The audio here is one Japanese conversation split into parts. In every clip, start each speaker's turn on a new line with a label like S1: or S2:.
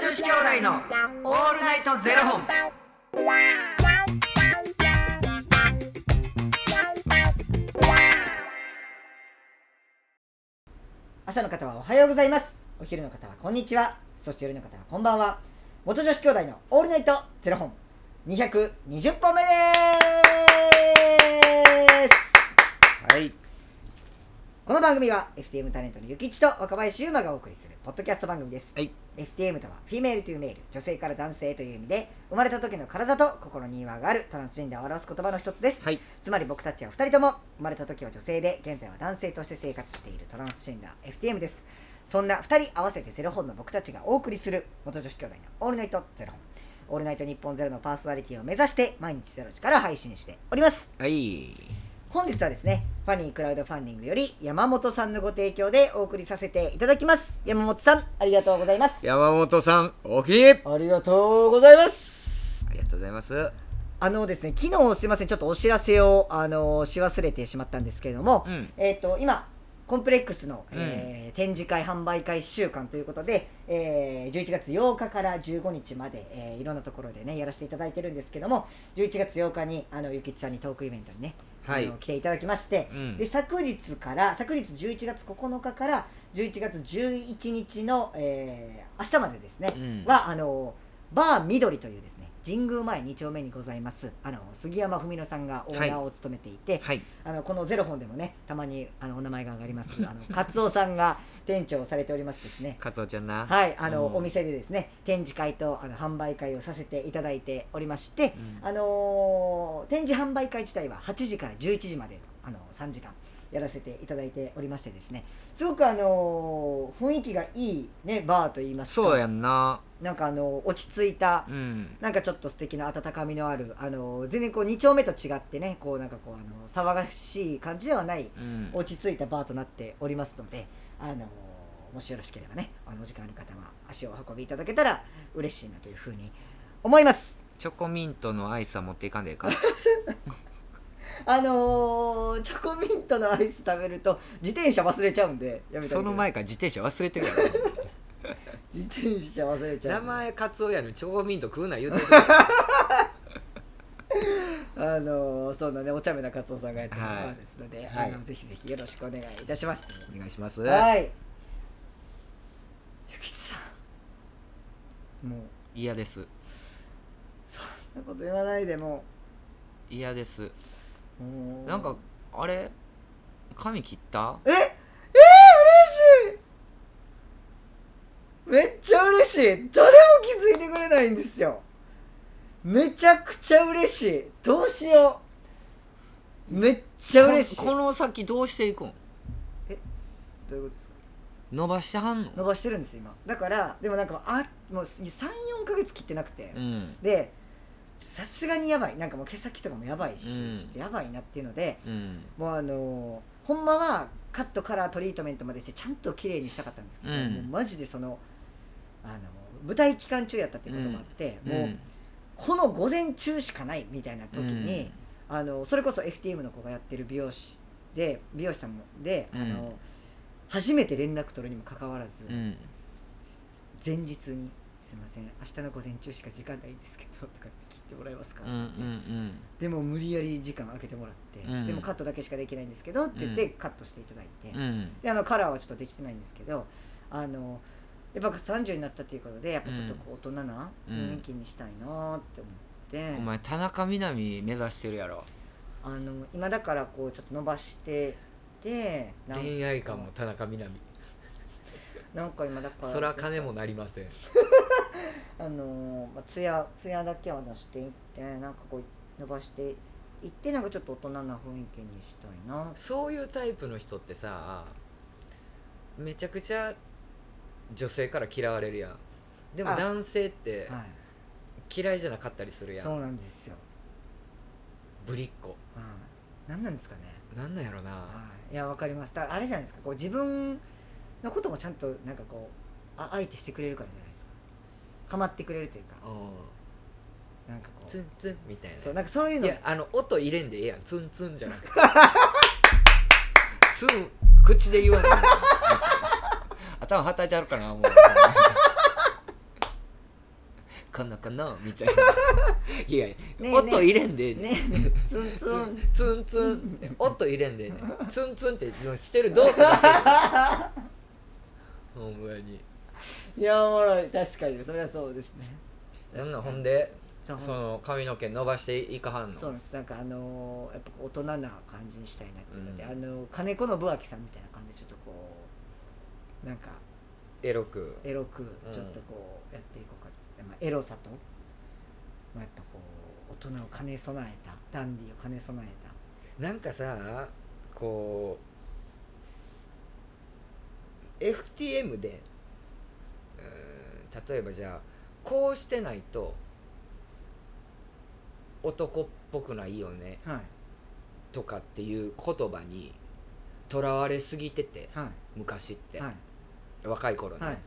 S1: 子兄弟のオールナイトゼロ本。
S2: 朝の方はおはようございますお昼の方はこんにちはそして夜の方はこんばんは元女子兄弟のオールナイトゼロ本220本目です
S3: はい。
S2: この番組は FTM タレントのゆきちと若林優馬がお送りするポッドキャスト番組です、
S3: はい
S2: FTM とはフィメールというメール女性から男性という意味で生まれた時の体と心に違和があるトランスジェンダーを表す言葉の一つです
S3: はい。
S2: つまり僕たちは2人とも生まれた時は女性で現在は男性として生活しているトランスジェンダー FTM ですそんな2人合わせてゼロ本の僕たちがお送りする元女子兄弟の「オールナイトゼロ本」「オールナイト日本ゼロのパーソナリティを目指して毎日ゼロ時から配信しております
S3: はい。
S2: 本日はですねファニークラウドファンディングより山本さんのご提供でお送りさせていただきます山本さんありがとうございます
S3: 山本さん、おきりあ
S2: ありがとうございます
S3: りがとうございます。
S2: あのですね、昨日すいません、ちょっとお知らせを、あのし忘れてしまったんですけれども、
S3: うん
S2: えっ、と、今、コンプレックスの、えー展示会、販売会週間ということで、えー11月8日から15日まで、えーいろんなところでね、やらせていただいてるんですけども、11月8日に、あの、ゆきつさんにトークイベントにね、
S3: はい
S2: あの来ていただきまして、
S3: うん
S2: で、昨日から、昨日11月9日から11月11日の、えー明日までですね、
S3: うん
S2: はあのバー緑というですね神宮前2丁目にございますあの杉山文乃さんがオーナーを務めていて、
S3: はい。
S2: あのこの「ゼロ本」でもねたまにあのお名前が上がり ますあのカツオさんが店長をされておりますですね
S3: カツオちゃんな。
S2: はいあの、
S3: うん
S2: お店でですね展示会とあの販売会をさせていただいておりまして、
S3: うん
S2: あのー展示販売会自体は8時から11時までのあの3時間やらせていただいておりましてですねすごくあのー雰囲気がいいねバーといいますか
S3: そうやんな。
S2: なんかあの落ち着いた
S3: うん。
S2: なんかちょっと素敵な温かみのあるあの全然こう2丁目と違ってねこうなんかこうあの騒がしい感じではない
S3: うん。
S2: 落ち着いたバーとなっておりますのであのもしよろしければねあのお時間ある方は足をお運びいただけたら嬉しいなというふうに思います
S3: チョコミントのアイスは持っていかんでいい か。
S2: あのーチョコミントのアイス食べると自転車忘れちゃうんでやめて
S3: その前から自転車忘れてる やろ。
S2: 自転車忘れちゃう
S3: 名
S2: んで
S3: 前カツオやのにチョコミント食うな言うてる。
S2: あのーそんなねお茶目なカツオさんがやってるバ
S3: はい
S2: ーですので、
S3: はい
S2: あのぜひぜひよろしくお願いいたします、
S3: お願いします。
S2: はい。ゆきさん。もう、
S3: 嫌です。
S2: そんなこと言わないでも
S3: 嫌です。
S2: う。もう
S3: なんか、あれ髪切った
S2: ええー、嬉しいめっちゃ嬉しい誰も気づいてくれないんですよめちゃくちゃ嬉しいどうしようめっちゃ嬉しい
S3: ここの先どうしていくん
S2: どういうことですか
S3: 伸ばしてはんの
S2: 伸ばしてるんですよ今だからでもなんかあもう34か月切ってなくて、
S3: うん。
S2: でさすがにやばいなんかもう毛先とかもやばいし、
S3: うん
S2: ちょっとやばいなっていうので
S3: うん。
S2: もうあのーほんまはカットカラートリートメントまでしてちゃんと綺麗にしたかったんですけど、
S3: うん
S2: もうマジでそのあの舞台期間中やったっていうこともあって、もうこの午前中しかないみたいな時に、あのそれこそ FTM の子がやってる美容師で美容師さんもで、あ
S3: うん
S2: の初めて連絡取るにもかかわらず、
S3: うん、うん
S2: 前日に「すいません明日の午前中しか時間ないんですけど」とか言って切ってもらえますか?」
S3: うんうん
S2: でも無理やり時間空けてもらって、
S3: うん
S2: でもカットだけしかできないんですけどって言って
S3: うん
S2: カットしていただいて、
S3: うんうん
S2: であのカラーはちょっとできてないんですけどあのやっぱ30になったということでやっぱちょっとこう大人な
S3: うん
S2: 雰囲気にしたいなって思って、
S3: お前田中みな実目指してるやろ
S2: あの今だからこうちょっと伸ばしてでなん
S3: 恋愛観も田中みな実
S2: なんか今だから
S3: そら金もなりません
S2: あのーまあ、ツヤツヤだけは出していってなんかこう伸ばしていってなんかちょっと大人な雰囲気にしたいな
S3: そういうタイプの人ってさめちゃくちゃ女性から嫌われるやんでも
S2: あ
S3: 男性って
S2: は
S3: 嫌いじゃなかったりする
S2: い
S3: やん、
S2: そうなんですよ、
S3: ぶりっ子
S2: はい、何なんですかね、
S3: なんなんやろ
S2: は、
S3: ない
S2: いやわかりますだからあれじゃないですかこう自分のこともちゃんとなんかこうあ相手してくれるからじゃないですかかまってくれるというか
S3: うん
S2: なんかこう
S3: ツンツンみたい
S2: そう
S3: な
S2: なんかそういう
S3: い
S2: の
S3: やあの音入れんでええやんツンツンじゃなくてツン口で言わない頭はたいてあるかなもうかなかなみたいないやい
S2: えねえ
S3: や音入れんでええね
S2: ねツンツ
S3: ツ
S2: ン
S3: ンツンツン音入れんでええねツンツンってしてる動作 だけやねんほんまに
S2: いやおもろい確かにそれはそうですね
S3: なんなんほんで
S2: じゃあ
S3: その髪の毛伸ばしていかはんの
S2: そうなんですなんかあのーやっぱ大人な感じにしたいなっていうので、
S3: うん
S2: あのー金子のぶあきさんみたいな感じでちょっとこうなんか
S3: エロく
S2: エロく
S3: うん
S2: ちょっとこうやっていこうか、まあ、エロさと、まあ、やっぱこう大人を兼ね備えたダンディを兼ね備えた
S3: なんかさこう FTM でうーん例えばじゃあこうしてないと男っぽくないよね
S2: はい
S3: とかっていう言葉にとらわれすぎてて
S2: は
S3: 昔って、
S2: いはい
S3: 若い頃ね、
S2: はい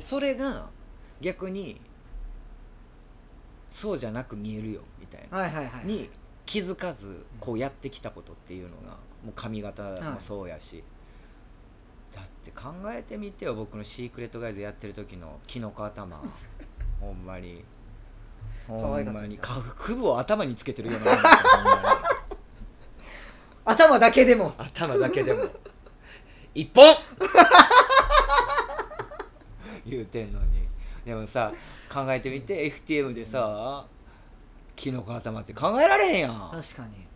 S3: それが逆にそうじゃなく見えるよみたいな
S2: はいはいはい
S3: に気づかずこうやってきたことっていうのがもう髪型もそうやし、だって考えてみてよ僕のシークレットガイズやってる時のキノコ 頭ほんまに
S2: 可
S3: ほ
S2: 愛
S3: ん
S2: かった
S3: ま
S2: で
S3: に
S2: すよ
S3: かクブを頭につけてるようなもんだよほんまに
S2: 頭だけでも
S3: 頭だけでも一本 言うてんのにでもさ考えてみて FTM でさ、キノコ頭って考えられへんやん
S2: 確かに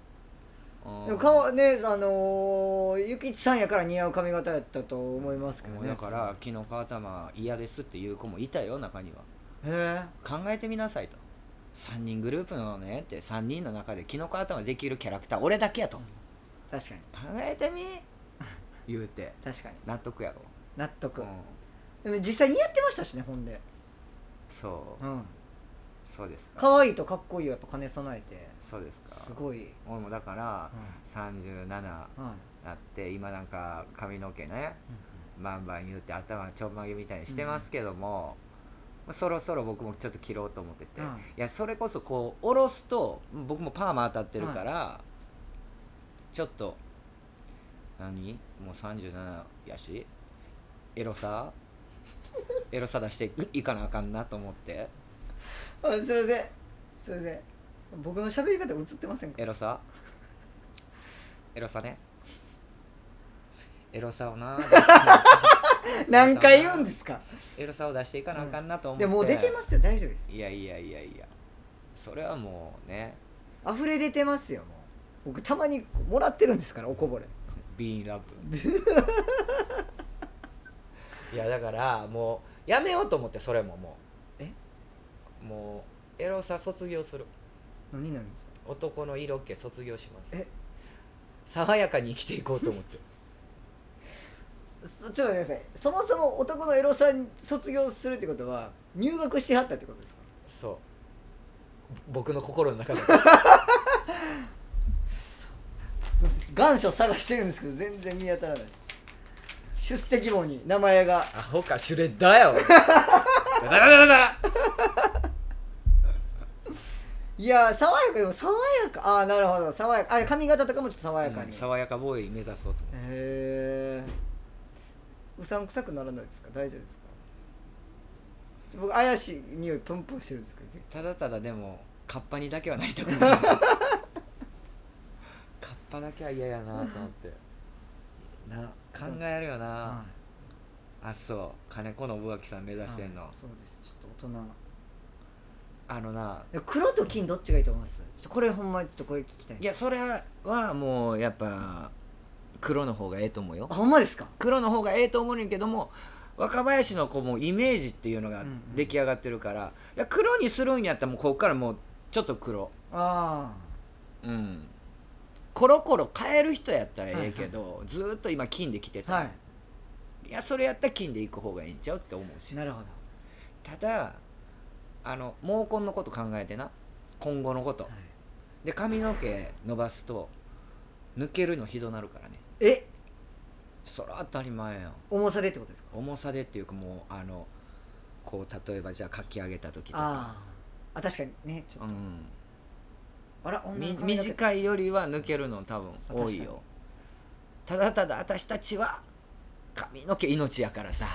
S3: うん
S2: でも顔ねあのー、ゆきちさんやから似合う髪型やったと思いますけど
S3: もう
S2: ね
S3: だからキノコ頭嫌ですっていう子もいたよ中には
S2: へ
S3: 考えてみなさいと3人グループのねって3人の中でキノコ頭できるキャラクター俺だけやと考
S2: え確かに
S3: えてみ言うて
S2: 確かに
S3: 納得やろ、
S2: 納得、
S3: うん
S2: でも実際似合ってましたしねほんで
S3: そう
S2: うん
S3: そうですか
S2: 可愛いとかっこいいをやっぱ兼ね備えて
S3: そうですか
S2: すごい、
S3: 俺もだから37な
S2: はい
S3: って今なんか髪の毛ねバンバン言うて頭ちょんまげみたいにしてますけども、そろそろ僕もちょっと切ろうと思ってて、
S2: うん
S3: いやそれこそこう下ろすと僕もパーマ当たってるから、ちょっと何もう37やしエロさエロさ出していかなあかんなと思って
S2: あすいませんすいません僕の喋り方映ってませんか
S3: エロさエロさねエロさをな
S2: 何回言うんですか
S3: エロさを出していかなあかんなと思っ
S2: で
S3: て、
S2: ももう出てますよ大丈夫です
S3: いやいやいやいやそれはもうね
S2: 溢れ出てますよもう僕たまにもらってるんですからおこぼれ
S3: ビーンラブいやだからもうやめようと思ってそれももう
S2: え
S3: もうエロさ卒業する
S2: 何になるんですか
S3: 男の色気卒業します
S2: え
S3: 爽やかに生きていこうと思 って
S2: そちょっと待ってくださいそもそも男のエロさん卒業するってことは入学してはったってことですか
S3: そうぼ僕の心の中で
S2: すいません願書探してるんですけど全然見当たらないです出席簿に名前が
S3: アホかシュレッダーや わダダダダダダ
S2: いやー爽やかでも爽やかああなるほど爽やかあれ髪型とかもちょっと爽やかに、
S3: うん
S2: へ
S3: 爽やかボーイ目指そうと思って
S2: えうさんくさくならないですか大丈夫ですか僕怪しい匂いプンプンしてるんですけど
S3: ただただでもカッパにだけはな りたくないカッパだけは嫌やなと思ってな考えるよな、あそう金子信明さん目指してんの、
S2: はいそうですちょっと大人
S3: あのな
S2: で黒と金どっちがいいと思いますちょっとこれほんまにちょっとこれ聞きたい
S3: いやそれはもうやっぱ黒の方がええと思うよ
S2: あほんまですか
S3: 黒の方がええと思うねんけども若林の子もイメージっていうのが
S2: うんうん
S3: 出来上がってるから、いや黒にするんやったらもうこっからもうちょっと黒
S2: あ
S3: うん、コロコロ変える人やったらええけど、ずーっと今金で来て
S2: あ
S3: た、、
S2: はい
S3: やそれやったら金で行く方がいいんちゃうって思う
S2: い
S3: し
S2: なるほど
S3: ただあの毛根のこと考えてな今後のこと、
S2: はい
S3: で髪の毛伸ばすと抜けるのひどなるからね
S2: え
S3: そら当たり前やん
S2: 重さでってことですか
S3: 重さでっていうかもうあのこう例えばじゃあかき上げた時とか、
S2: あーあ確かにねちょっと、
S3: うん、
S2: あら女
S3: み
S2: の髪の毛
S3: 短いよりは抜けるの多分多いよただただ私たちは髪の毛命やからさ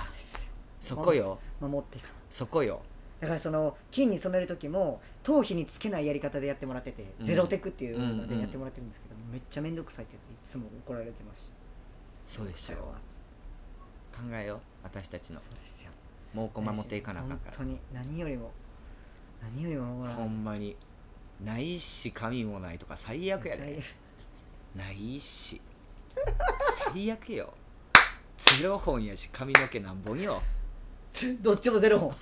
S3: そこよ
S2: 守っていかな
S3: そこよ
S2: だからその金に染める時も頭皮につけないやり方でやってもらってて、
S3: うん
S2: ゼロテクっていうの
S3: うんう
S2: で
S3: ん
S2: やってもらってるんですけど、めっちゃ面倒くさいってやついつも怒られてますし
S3: そうでしょう考えよう私たちの
S2: そうですよ
S3: 猛攻守っていかなあかんか
S2: 本当に何よりも何よりも
S3: ら
S2: ほ
S3: ほんまにないし髪もないとか最悪やでないし最悪よゼロ本やし髪の毛何本よ
S2: どっちもゼ ロ本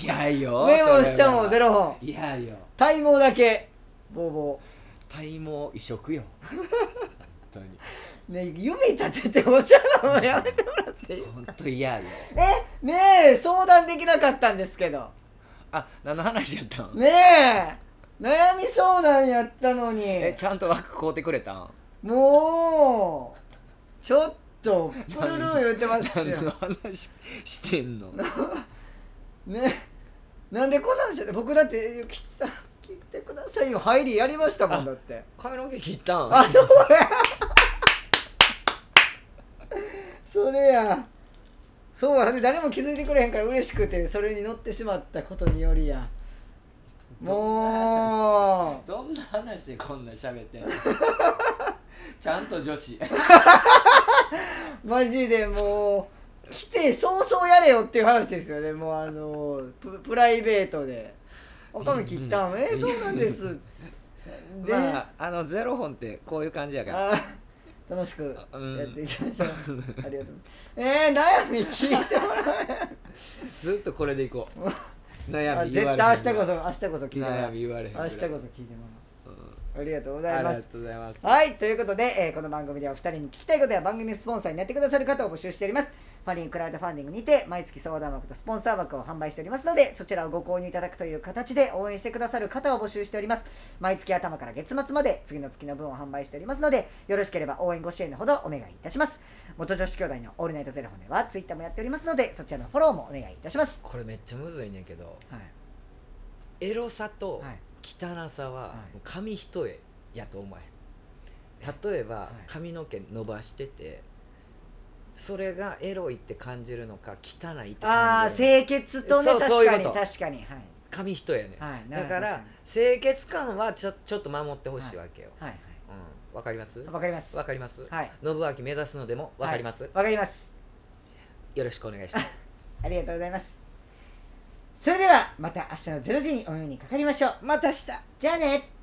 S3: 嫌よ
S2: 上も下もゼ
S3: ロ
S2: ロ本
S3: 嫌よ
S2: 体毛だけボーボ
S3: 体毛移植よ本当に
S2: ーね夢立ててお茶飲むのやめてもらって いい
S3: 本当嫌よ
S2: えねえ相談できなかったんですけど
S3: あ何の話やったん、
S2: ねえ悩み相談やったのに
S3: えちゃんと枠買うてくれたん
S2: もうちょっとプルルー言ってます
S3: 何の
S2: よ
S3: 話してんの
S2: ねなんでこんなのし僕だって「きさん聞いてくださいよ入りやりましたもんだって
S3: 髪の毛切ったん
S2: あそうやそれやそうやで誰も気づいてくれへんから嬉しくてそれに乗ってしまったことによりやも
S3: どんな話でこんな喋って んのちゃんと女子
S2: うマジでもう来て早々やれよっていう話ですよねもうあのププライベートで「おかみ切ったんえそうなんです」で、
S3: まああのゼロ本ってこういう感じやから
S2: あー楽しく
S3: うん
S2: やっていきましょう、ありがとうえー、悩み聞いても らえ
S3: ずっとこれでいこ う
S2: あ
S3: 悩み
S2: 絶
S3: 言わ
S2: 対
S3: れ
S2: 明
S3: へん
S2: 日こそ明日こそ聞いてもら
S3: 悩
S2: う
S3: み言われへんぐら
S2: 明
S3: い
S2: 日こそ聞いても
S3: う
S2: ら
S3: ん
S2: うありがとうござ
S3: あ
S2: い
S3: りが
S2: ま
S3: と
S2: す
S3: うございます
S2: はいということで、えーこの番組ではお二人に聞きたいことや番組スポンサーになってくださる方を募集しておりますファニークラウドファンディングにて毎月相談枠とスポンサー枠を販売しておりますのでそちらをご購入いただくという形で応援してくださる方を募集しております毎月頭から月末まで次の月の分を販売しておりますのでよろしければ応援ご支援のほどお願いいたします元女子兄弟のオールナイトゼロ本ではツイッターもやっておりますのでそちらのフォローもお願いいたします
S3: これめっちゃむずいねんけど
S2: はい
S3: エロさと
S2: はい
S3: 汚さは
S2: はい
S3: もう紙一重やと思えへん例えば
S2: い
S3: 髪の毛伸ばしててそれがエロいって感じるのか汚いって
S2: ああ
S3: 感じるの
S2: 清
S3: か
S2: 潔とね
S3: そうそ
S2: 確
S3: ういう
S2: か
S3: こ
S2: に
S3: と
S2: 確かにはい
S3: 紙一重やねん、
S2: はい
S3: だか
S2: なる
S3: ら清潔感はちょちょっと守ってほしいわけよ、
S2: ほどはい
S3: うんわかります
S2: はいわかります
S3: わかります、
S2: はい
S3: 信明目指すのでもわかります、
S2: わかります
S3: よろしくお願いします
S2: ありがとうございますそれではまた明日の0時にお目にかかりましょう
S3: また明日
S2: じゃあね